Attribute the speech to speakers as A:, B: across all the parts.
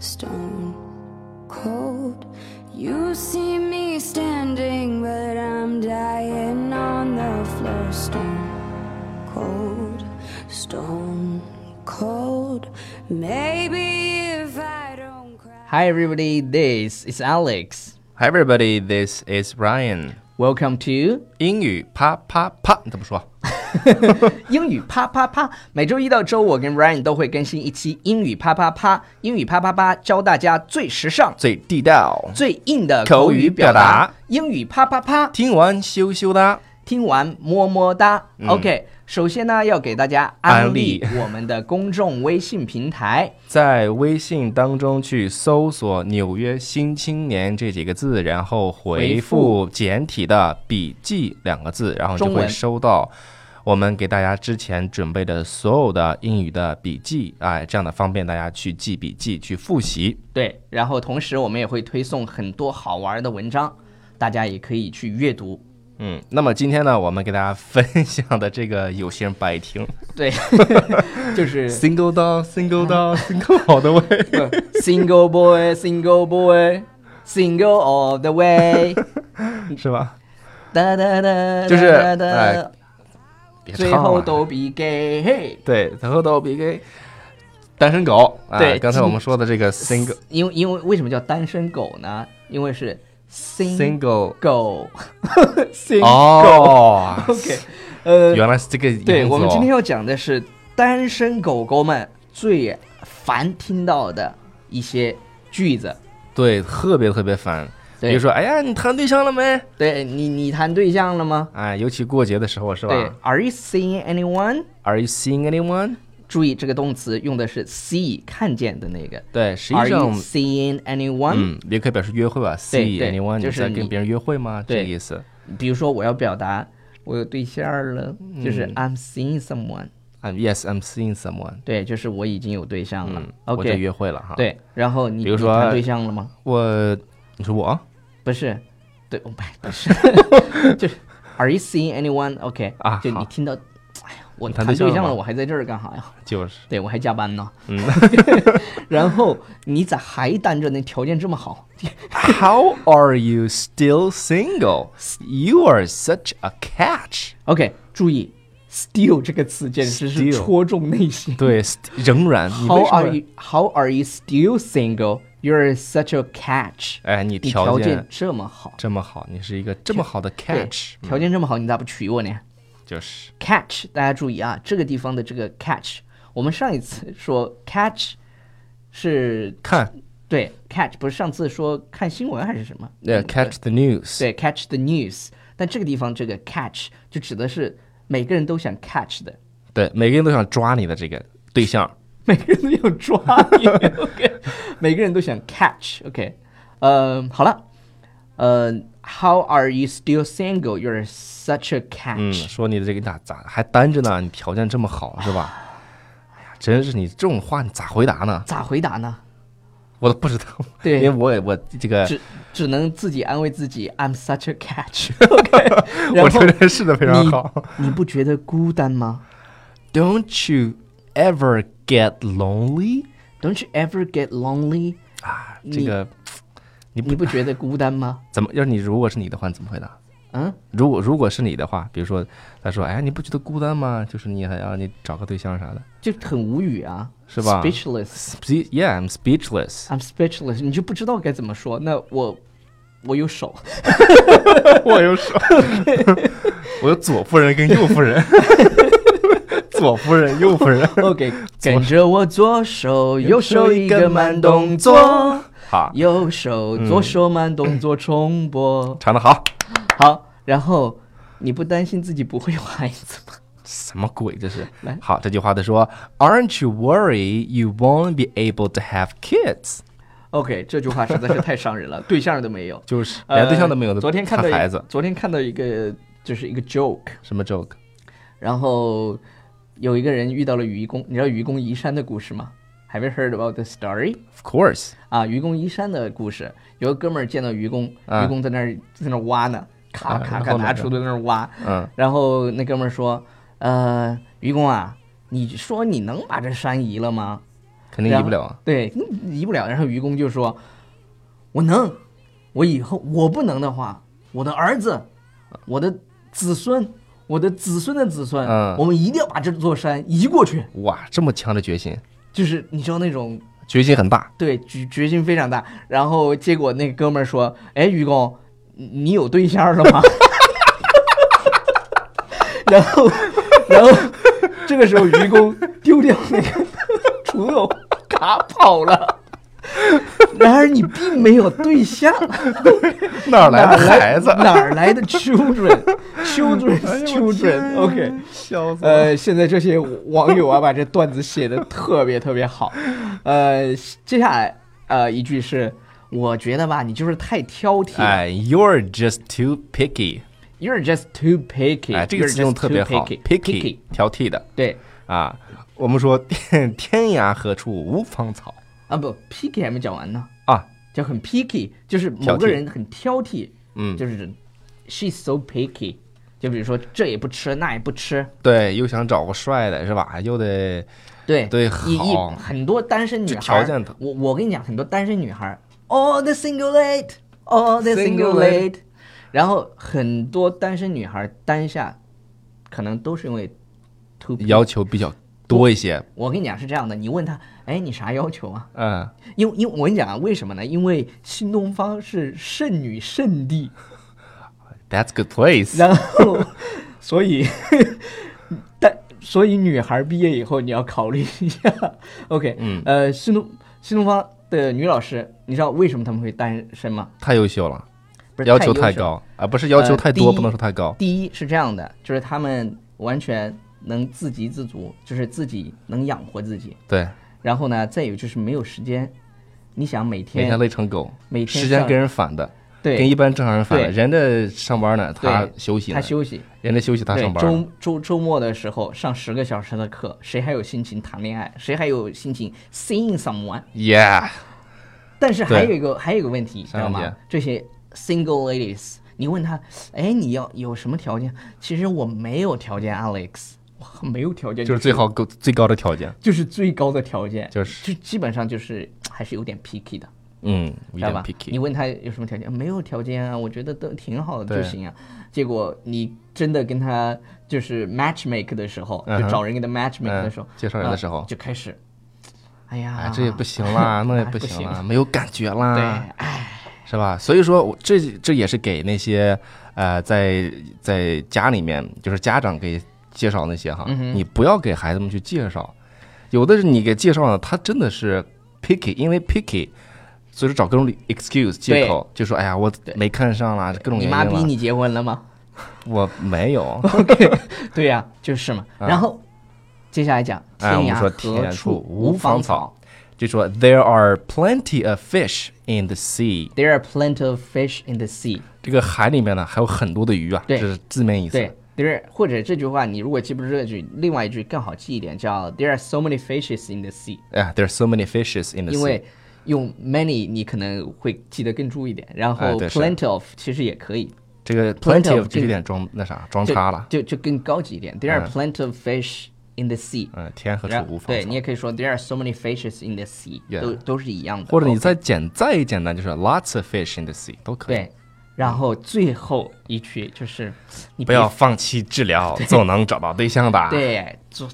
A: stone cold. You see me standing, but I'm dying on the floor, stone cold, stone cold. Maybe if I don't cry.
B: Hi, everybody. This is Alex.
C: Hi everybody, this is Ryan.
B: Welcome to
C: 英语啪啪啪，你怎么说？
B: 英语啪啪啪。每周一到周五，我跟 Ryan 都会更新一期英语啪啪啪。英语啪啪啪，教大家最时尚、
C: 最地道，
B: 最硬的
C: 口
B: 语
C: 语
B: 表
C: 表达。
B: 英语啪啪啪，
C: 听完羞羞哒。
B: 听完么么哒。OK，首先呢，要给大家安
C: 嗯安
B: 利
C: 利
B: 我们的公众微信平台。
C: 在微信当中去搜索“纽约新青年”这几个字，然后回复简体的“笔记”两个字，然后就
B: 中文
C: 会收到我们给大家之前准备的所有的英语的笔记，哎，这样的方便大家去记笔记、去复习。
B: 对，然后同时我们也会推送很多好玩的文章，大家也可以去阅读。
C: 嗯，那么今天呢，我们给大家分享的这个有些人不爱听
B: 对， 就是
C: ，single 到 single 到 single 好的喂。
B: Single boy, single boy, single all the way。
C: 是吧？
B: 哒哒哒，
C: 就是
B: 哒哒
C: 哎别
B: 最
C: 唱
B: 后
C: 了
B: 都比 gay。嘿
C: 对，最后都比给单身狗。啊
B: 对
C: 刚才我们说的这个 single
B: 因为因为为什么叫单身狗呢？因为是 single
C: single
B: 狗，single。
C: 哦
B: OK，呃，
C: 原来是这个样子哦。
B: 对我们今天要讲的是单身狗狗们最烦听到的一些句子。
C: 对特别特别烦，
B: 对
C: 比如说，哎呀，你谈对象了没？
B: 对你，你谈对象了吗？
C: 哎，尤其过节的时候是吧
B: 对，Are you seeing anyone？
C: ？Are you seeing anyone？
B: 注意这个动词用的是 see 看见的那个。
C: 对，实
B: Are
C: 际
B: you
C: 上，
B: seeing anyone？、
C: 嗯，也可以表示约会吧，see
B: 对
C: anyone，
B: 就是
C: 在
B: 你
C: 跟别人约会吗？这
B: 对
C: 个意思。
B: 比如说我要表达我有对象了，就是 I'm seeing someone。
C: 嗯，Yes，I'm seeing someone。
B: 对，就是我已经有对象了。
C: 嗯，我在
B: OK，
C: 约会了哈。，
B: 对，然后你
C: 比如
B: 你
C: 说
B: 谈对象了吗？
C: 我，你说我
B: 不是，对，哦我不 不 是，就是 Are you seeing anyone？OK，、
C: 啊
B: 就你
C: 好
B: 听到，哎呀，我
C: 你
B: 谈
C: 谈
B: 对
C: 对象
B: 象
C: 了吗
B: 我还在这儿干啥呀？
C: 就是
B: 对我还加班呢。嗯， 然后你咋还单着呢？条件这么好，
C: How are you still single? You are such a catch.
B: OK，注意，still 这个词简直是
C: Still
B: 戳中内心。
C: 对，仍然。你
B: How
C: 为什么
B: are you? How are you still single? You're such a catch.
C: 哎，你
B: 你条
C: 条件
B: 这么好，
C: 这么好，你是一个这么好的
B: 对
C: catch，嗯
B: 条件这么好，你咋不娶我呢
C: 就是
B: ？Catch，大家注意啊，这个地方的这个 catch，我们上一次说 catch 是
C: 看，
B: 对 catch，不是上次说看新闻还是什么？嗯
C: 呃，catch the news。
B: 对 catch the news，但这个地方这个 catch 就指的是每个人都想 catch 的，
C: 对，每个人都想抓你的这个对象。
B: 每个人都想抓 你，OK，每个人都想 catch，OK，、呃，好了，呃，How are you still single? You're such a
C: 嗯，
B: catch、
C: 说你的这个你咋咋还单着呢？你条件这么好是吧？哎呀，真是你这种话你咋回答呢？
B: 咋回答呢？
C: 我都不知道，
B: 对
C: 因为我也我这个
B: 只只能自己安慰自己，I'm such a catch，OK，、然
C: 我
B: 后
C: 条件是的非常好。
B: 你不觉得孤单吗
C: Don't you ever get lonely？
B: ？Don't you ever get lonely？
C: 啊，
B: 你
C: 这个你
B: 你
C: 不
B: 不觉得孤单 吗？
C: 怎么？要是你如果是你的话，你怎么回答？
B: 嗯，
C: 如果如果是你的话，比如说他说：“哎，你不觉得孤单吗？就是你还要你找个对象啥的，
B: 就很无语啊，
C: 是
B: s
C: 吧
B: p e e c h l e s s
C: Spe-？”Yeah, I'm speechless。
B: I'm speechless，你就不知道该怎么说。那我我有手，
C: 我有手， 我有左夫人跟右夫 人，左夫人右夫人，
B: OK，跟着我左手右手一个慢动作，
C: 好，
B: 右手左手慢动作重播。
C: 唱的好，
B: 好，然后你不担心自己不会有孩子吗？
C: 什么鬼这是
B: 来？
C: 好，这句话他说：“Aren't you worried you won't be able to have kids？”
B: OK，这句话实在是太伤人 了，对象都没有，
C: 就是
B: 呃
C: 连对象都没有的，
B: 昨天看到
C: 看
B: 一
C: 孩子
B: 昨天看到一个就是一个 joke，
C: 什么 joke？
B: 然后有一个人遇到了愚公，你知道愚公移山的故事吗？Have you heard about the story？
C: Of course，
B: 啊，愚公移山的故事，有个哥们儿见到愚公，
C: 啊
B: 愚公在那儿在那儿挖呢，咔
C: 啊
B: 咔
C: 然
B: 咔
C: 后呢
B: 拿锄头在那儿挖，
C: 嗯，
B: 然后那哥们儿说，呃，愚公啊，你说你能把这山移了吗？
C: 肯定移不了啊。
B: 对，嗯移不了。然后愚公就说：“我能，我以后我不能的话，我的儿子，我的子孙，我的子孙的子孙，
C: 嗯
B: 我们一定要把这座山移过去。
C: 哇，这么强的决心，”
B: 就是你知道那种
C: 决心很大。
B: 对决决心非常大。然后结果那哥们儿说：“哎，愚公，你你有对象了吗？” 然后，然后这个时候愚公丢掉那个 锄头，嘎跑了。然而你并没有对象，
C: 哪儿来的
B: 哪儿
C: 孩子？
B: 哪儿来的 children？children
C: 哎呦我天
B: children，OK、
C: 笑死了。
B: 呃，现在这些网友啊，把这段子写的特别特别好。呃，接下来呃一句是，我觉得吧，你就是太挑剔了、
C: 哎，You're just too picky。
B: y o u r e just too picky、
C: 哎，这个词用得特别好
B: picky，picky，
C: 挑剔的
B: 对
C: 啊。我们说 天天涯何处无芳草
B: 啊，不，picky 还没讲完呢，
C: 啊，
B: 就很 picky，就是某
C: 挑
B: 个
C: 剔
B: 人很挑剔，
C: 嗯
B: 就是 she's so picky，就比如说这也不吃，那也不吃。
C: 对，又想找个帅的是吧？又得
B: 对
C: 对
B: 一一
C: 好
B: 很多单身女孩儿，
C: 条件的
B: 我我跟你讲，很多单身女孩儿，all the single late, all the single
C: Single late
B: late，然后很多单身女孩儿单下，可能都是因为 to
C: 要求比较多一些。
B: 我跟你讲是这样的，你问她，哎，你啥要求啊？
C: 嗯，
B: 因为因为我跟你讲啊，为什么呢？因为新东方是剩女圣地，
C: That's good place。
B: 然后所以 但所以女孩毕业以后你要考虑一下。OK，
C: 嗯
B: 呃，新东新东方的女老师，你知道为什么她们会单身吗？
C: 太优秀了，
B: 不是
C: 要求
B: 太
C: 太
B: 优秀了。
C: 高啊，不是要求
B: 呃
C: 太
B: 第
C: 多，
B: 一
C: 不能说太高。
B: 第一是这样的，就是她们完全能自给自足，就是自己能养活自己。
C: 对，
B: 然后呢，再有就是没有时间，你想每
C: 每
B: 天
C: 天累成狗，
B: 每天
C: 时间
B: 上
C: 跟人反的，
B: 对
C: 跟一般正常人反的。
B: 对
C: 人家上班呢，他
B: 对
C: 休息呢
B: 她；休息，
C: 人家休息，他
B: 对
C: 上，班呢。
B: 周周周末的时候上十个小时的课，谁还有心情谈恋爱？谁还有心情 seeing someone？
C: Yeah，
B: 但是还有
C: 对
B: 一个还有一个问题，你知道
C: 啥问
B: 吗
C: 题？
B: 这些 single ladies，你问他，哎，你要有什么条件？其实我没有条件，Alex，我没有条件，
C: 就是最好够最高的条件。
B: 就是最高的条件，
C: 就是
B: 就基本上就是还是有点 picky 的，
C: 嗯，有
B: 知道
C: 点
B: 吧
C: picky。
B: 你问他有什么条件？没有条件啊，我觉得都挺好的
C: 对
B: 就行啊。结果你真的跟他就是 match make 的时候，
C: 嗯哼
B: 就找人给他 match make 的时候
C: 嗯，介绍人的时候
B: 啊就开始，哎呀，哎
C: 哎，这也不行 啦，那也
B: 不
C: 不行啦，啊
B: 行
C: 没有感觉
B: 对，
C: 啦，
B: 哎，
C: 是吧？所以说我这这也是给那些呃在在家里面就是家长给介绍那些哈，
B: 嗯
C: 你不要给孩子们去介绍，有的是你给介绍呢，他真的是 picky，因为 picky。所以说找各种理 excuse 借口，就说哎呀我没看上啦，各种
B: 你
C: 原因
B: 妈逼
C: 啦。
B: 你结婚了吗？
C: 我没有，
B: 对呀、就是嘛。然后接下来讲天
C: 嗯哎我们
B: 涯
C: 说
B: 何
C: 天
B: 处
C: 处
B: 无
C: 无
B: 芳
C: 芳
B: 草
C: 草就说 there are plenty of fish in the sea。
B: ，There are plenty of fish in the sea。
C: 这个海里面呢还有很多的鱼啊，
B: 对
C: 这是字面意思。
B: 对，There are- 或者这句话你如果记不住这句，另外一句更好记一点，叫 There are so many fishes in the sea。
C: 哎，there are so many fishes in the sea。
B: 因为用 many 你可能会记得更住一点，然后
C: 哎对是
B: plenty of 其实也可以，
C: 这个
B: plenty
C: plenty
B: of
C: of 就有点装那啥装叉了。
B: 就就就更高级一点。There are plenty of fish in the sea。
C: 嗯，天和
B: 然
C: 处无芳
B: 对你
C: 草。
B: 也可以说 There are so many fishes in the sea，
C: Yeah
B: 都都是一样的。
C: 或者你
B: OK
C: 再简再简单，就是 lots of fish in the sea 都可以。
B: 对，然后最后一句就是你
C: 不
B: 别
C: 要放弃治疗，总能找到对象吧？，
B: 对总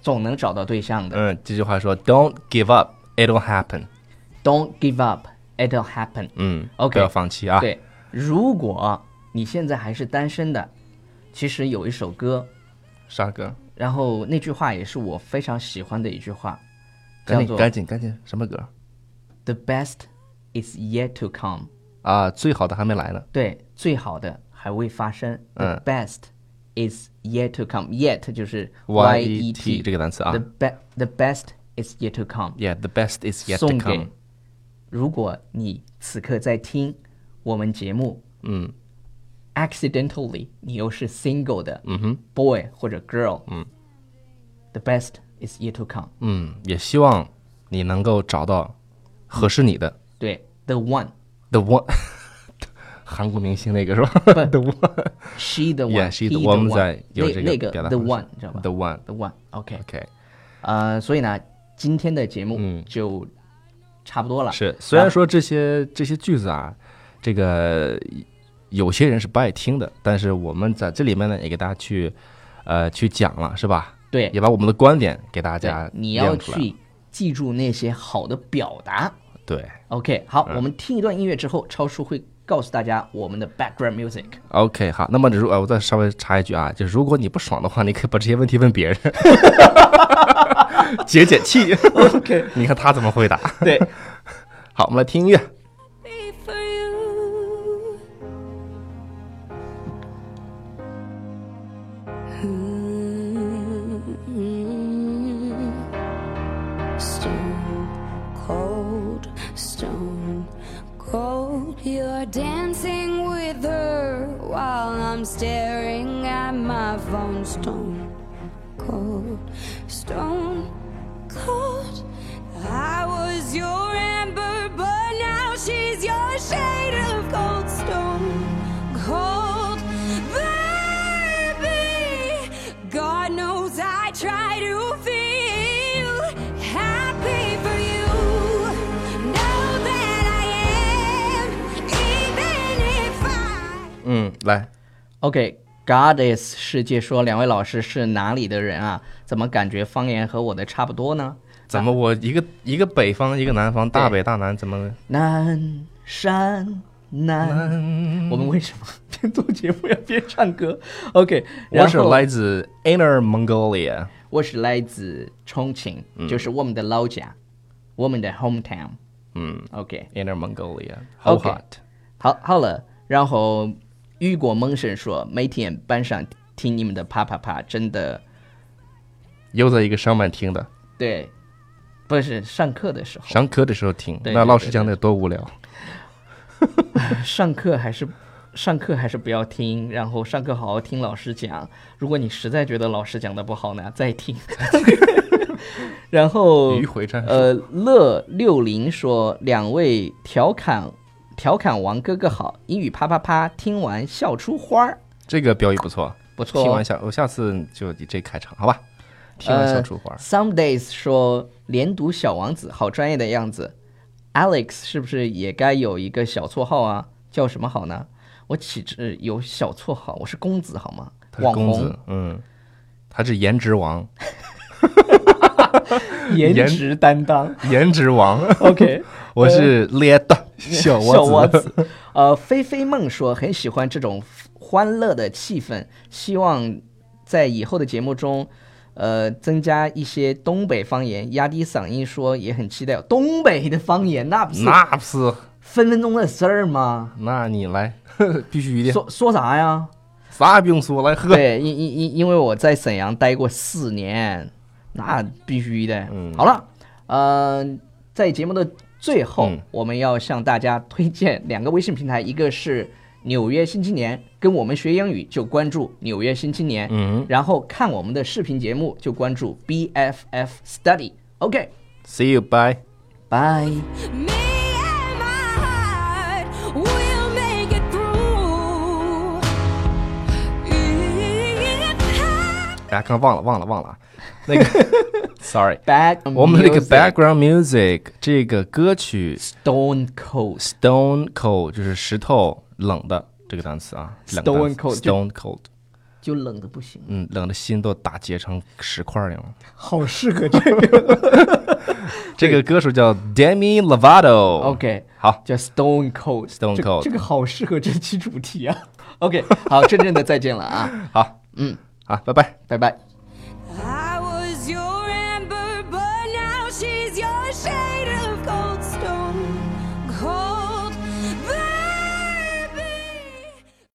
B: 总能找到对象的。
C: 嗯，这句话说 don't give up, it'll happen。
B: Don't give up, it'll happen。
C: 嗯
B: OK
C: 不要放弃啊。，
B: 对，如果你现在还是单身的，其实有一首歌，
C: 沙哥，
B: 然后那句话也是我非常喜欢的一句话，叫
C: 赶紧
B: 做
C: 赶紧赶紧，什么歌
B: "The best is yet to come"。
C: 啊？最好的还没来呢。
B: 对，最好的还未发生。The
C: 嗯
B: best is yet to come. Yet 就是
C: Y
B: E
C: E T 这个单词啊
B: The be the best is yet to come.
C: Yeah, the best is yet
B: 送
C: to
B: 给
C: come。
B: 如果你此刻在听我们节目，嗯，accidentally 你又是 single 的，嗯哼，boy 或者 girl，嗯，the best is yet to come。
C: 嗯，也希望你能够找到合适你的
B: 对，the one，she
C: The One，韩国明星那个是吧？The One，Yeah，
B: the one，
C: 是
B: he
C: The One
B: 那
C: 在有这
B: 那
C: 个
B: 个
C: 表达
B: the
C: 方式
B: one，你知道吧
C: The One，OK，
B: ？the one，OK，呃，所以呢，今天的节目
C: 嗯
B: 就差不多了。
C: 是，虽然说这些这些句子啊，这个有些人是不爱听的，但是我们在这里面呢，也给大家去呃去讲了，是吧？
B: 对
C: 也把我们的观点给大
B: 对
C: 家，
B: 你要
C: 亮出来
B: 去记住那些好的表达。
C: 对
B: OK，好，
C: 嗯
B: 我们听一段音乐之后，超叔会告诉大家我们的 background music。
C: OK 好。那么如呃，我再稍微插一句啊，就是如果你不爽的话，你可以把这些问题问别人， 解解气。
B: OK，
C: 你看他怎么回答？
B: 对，
C: 好，我们来听音乐。
A: be for you. Hmm. Mm. Stone cold, stone cold. You're dancing with her while I'm staring at my phone. Stone cold, stone cold. I was your amber, but now she's your shade of cold stone cold. Baby, God knows I try to feel happy for you. Know that I am, even if I.
C: 嗯，来，
B: OK，Goddess 世界说两位老师是哪里的人啊？怎么感觉方言和我的差不多呢？
C: 怎么我一个一个北方一个南方，大
B: 对
C: 北大南怎么？
B: 南山南，我们为什么 边做节目要边唱歌？OK，然
C: 我是
B: 后
C: 来自 Inner Mongolia。
B: 我是来自重庆，就是我们的老家，我们的 hometown。
C: 嗯
B: OK，
C: ，Inner Mongolia，How
B: OK
C: hot？
B: 好，好了。然后雨果蒙神说，每天班上听你们的啪啪啪，真的
C: 又在一个上班听的，
B: 对，不是上课的时候，
C: 上课的时候听，
B: 对
C: 那
B: 对
C: 老
B: 对
C: 师讲的多无聊。
B: 上课还是上课还是不要听，然后上课好好听老师讲。如果你实在觉得老师讲的不好呢，再听。 然后
C: 迂回战术
B: 呃，乐六零说，两位调侃调侃王哥哥好，英语啪啪啪，听完笑出花儿，
C: 这个标语不错，
B: 不错、哦。
C: 听完下，我下次就以这开场，好吧？听完小
B: 呃
C: 厨花，
B: Some days 说连读小王子，好专业的样子。Alex 是不是也该有一个小绰号啊？叫什么好呢？我岂止有小绰号，我是公子好吗？
C: 他是
B: 网
C: 公子
B: 红，
C: 嗯，他是颜值王，
B: 颜
C: 颜
B: 值担 当。
C: 颜值王，
B: OK，
C: 我是咧的小
B: 呃小
C: 窝子，
B: 子。呃，菲菲梦说很喜欢这种欢乐的气氛，希望在以后的节目中，呃，增加一些东北方言，压低嗓音说也很期待有东北的方言，那不是
C: 那不是？
B: 分分钟的事儿吗？
C: 那你来， 呵呵必须的，
B: 说说啥呀？
C: 啥也不用说，来喝。
B: 对，因因因因为我在沈阳待过四年，那必须的。
C: 嗯
B: 好了，嗯、在节目的最后，
C: 嗯
B: 我们要向大家推荐两个微信平台，一个是纽约新青年，跟我们学英语就关注纽约新青年，
C: 嗯
B: 然后看我们的视频节目就关注 BFF Study。OK，bye、
C: ，See you，bye。
A: Me and my heart will make it through. If I
C: 大家刚忘了，忘了，忘了啊，那 个，sorry，
B: back，
C: 我们这个
B: 嗯 music
C: background music 这个歌曲
B: Stone Cold
C: stone cold 就是石头冷的这个单词啊冷单
B: Stone
C: 词
B: cold 就
C: stone cold，
B: 就冷的不行，
C: 嗯，冷的心都打结成石块儿了。
B: 好适合这个。
C: 这个歌手叫 Demi Lovato。
B: OK，
C: 好，
B: 叫 Stone Cold。
C: Stone
B: 这
C: Cold
B: 这个好适合这期主题啊。OK，好，真正的再见了啊，
C: 好，嗯，好，拜拜。
B: 拜拜。